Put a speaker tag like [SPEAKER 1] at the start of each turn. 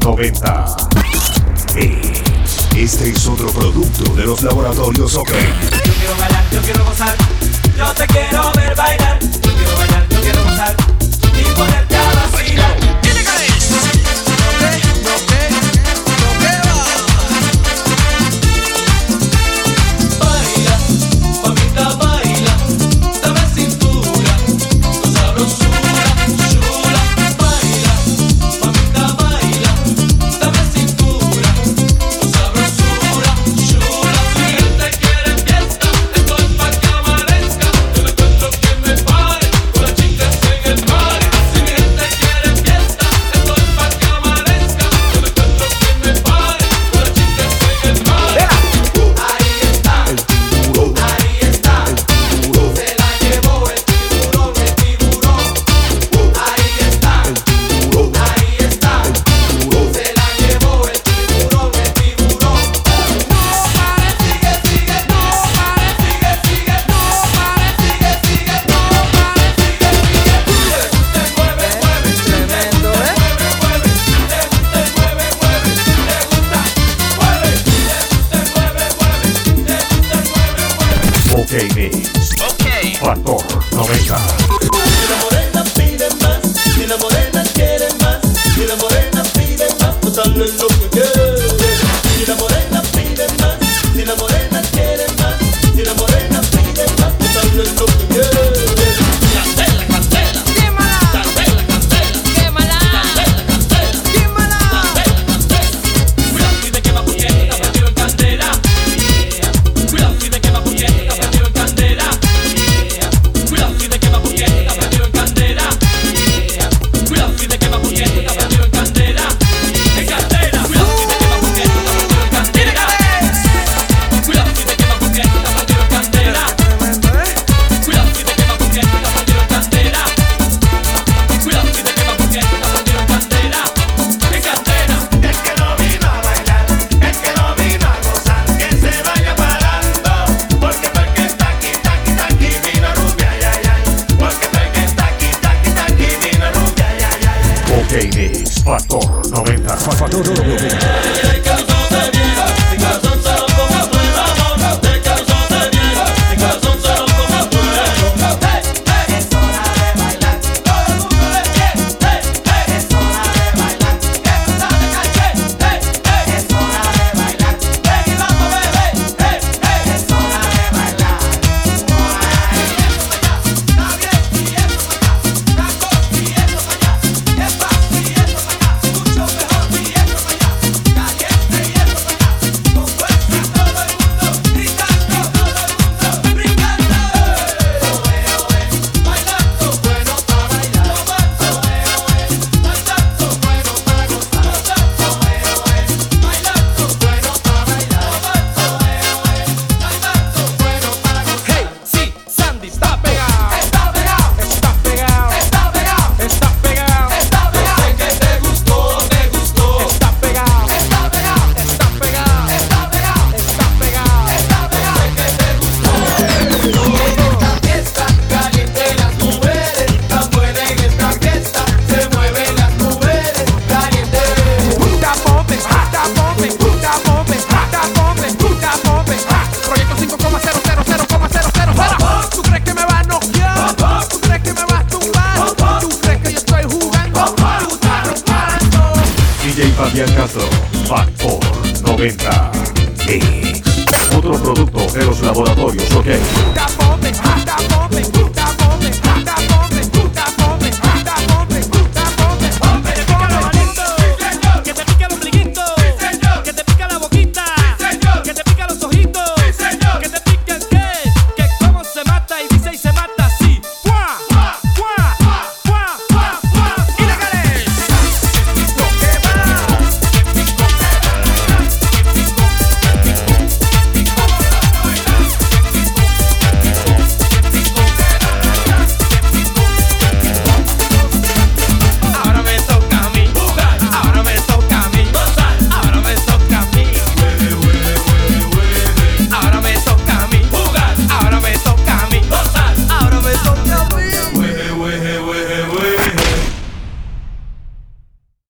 [SPEAKER 1] 90. Mix. Este es otro producto de los laboratorios OK.
[SPEAKER 2] Yo quiero bailar, yo quiero gozar, yo te quiero ver bailar. Yo quiero bailar, yo quiero gozar y ponerte a vacilar. Baila, mamita, baila, dame cintura, tu sabrosura, chula. Baila, mamita, baila, dame cintura, tu sabrosura, chula. Si él te quiere fiesta, estoy pa' que amanezca. Yo no encuentro quien me pare, con las chicas en el mar. Si mi gente quiere fiesta, estoy pa' que amanezca. Yo no encuentro quien me pare, con las chicas en el mar. Ahí está. Ahí está, se la llevó el tiburón, el tiburón. Ahí está, ahí está, se la llevó el tiburón, el tiburón. No pares, sigue, sigue, no pares, sigue, sigue, no pares, sigue, sigue, no pares, sigue, sigue. Te mueve, mueve, te mueve, mueve, te mueve, mueve, te gusta, mueve, te mueve, mueve, te gusta, mueve, mueve.
[SPEAKER 1] OK Mix. Factor 90.
[SPEAKER 2] Si la morena pide más, si la morena quiere más, si la morena pide más, pues dale lo que quiere. Si la morena pide más, si la morena quiere más, si la morena pide más, pues dale lo que quiere. Cancela, cancela, cancela, cancela. Cuidado si te quema puñeta, estás metido en candela. Cuidado si te quema puñeta, estás metido en candela. Cuidado si te quema puñeta, estás metido en candela. Cuidado si te quema puñeta, estás metido en candela. En candela. Cuidado si te quema puñeta, estás metido en candela. Cuidado si te quema puñeta, estás metido en candela. Cuidado si te quema puñeta, estás metido en candela. Cuidado si te quema puñeta, estás metido en candela. En candela.
[SPEAKER 3] El que no vino a bailar, el que no vino a gozar, que se vaya parando. Porque todo el que está aquí, está aquí, está aquí, vino a rumbear, ay, ay, ay. Porque todo el que está aquí, está aquí, está aquí, vino a rumbear, ay, ay, ay.
[SPEAKER 1] OK Mix. Factor 90. Factor 90.
[SPEAKER 2] De calzón se vieja, de calzón se lo coja afuera, loca. De calzón se vieja, de calzón se lo coja afuera, loca. Hey, hey, es hora de bailar. Todo el mundo de pie. Hey, hey, es hora de bailar. Que tú sabes caché. Hey, hey, es hora de bailar. Ven y vamos, bebé. Hey, hey, es hora de bailar. Y esto para allá, está bien. Y esto para allá, taco. Y esto para allá, es más. Y esto para allá, mucho mejor. Y esto para allá, caliente. Y esto para allá, con fuerza. Todo el mundo gritando, todo el mundo brincando. Oe, oe, bailando, bueno para bailar. Gozando, oe, oe, bailando, bueno para gozar. Gozando, oe, oe, bailando, bueno para bailar. Gozando, oe, oe, bailando, bueno para gozar. Hey, sí, Sandy está pegado. Está pegado. Está pegado. Está pegado. Está pegado. Está pegado. Sé que te gustó, te gustó. Está pegado. Está pegado. Está pegado. Está pegado. Está pegado. Está pegado. Sé que te gustó. En esta fiesta caliente las mujeres, tan buena en esta fiesta se mueven las mujeres caliente.
[SPEAKER 4] Puta bombe, puta bombe, puta bombe, puta bombe, puta bombe. Ah, Proyecto 5,000,000,000. ¿Tú crees que me vas a noquear? ¿Tú crees que me vas a tumbar? ¿Tú crees que yo estoy jugando? Tú estás probando.
[SPEAKER 1] DJ Fabián Castro, Factor 90. Mix. Otro producto de los laboratorios, ok.
[SPEAKER 4] Puta bombe, puta bombe, puta bombe, puta bombe, puta bombe.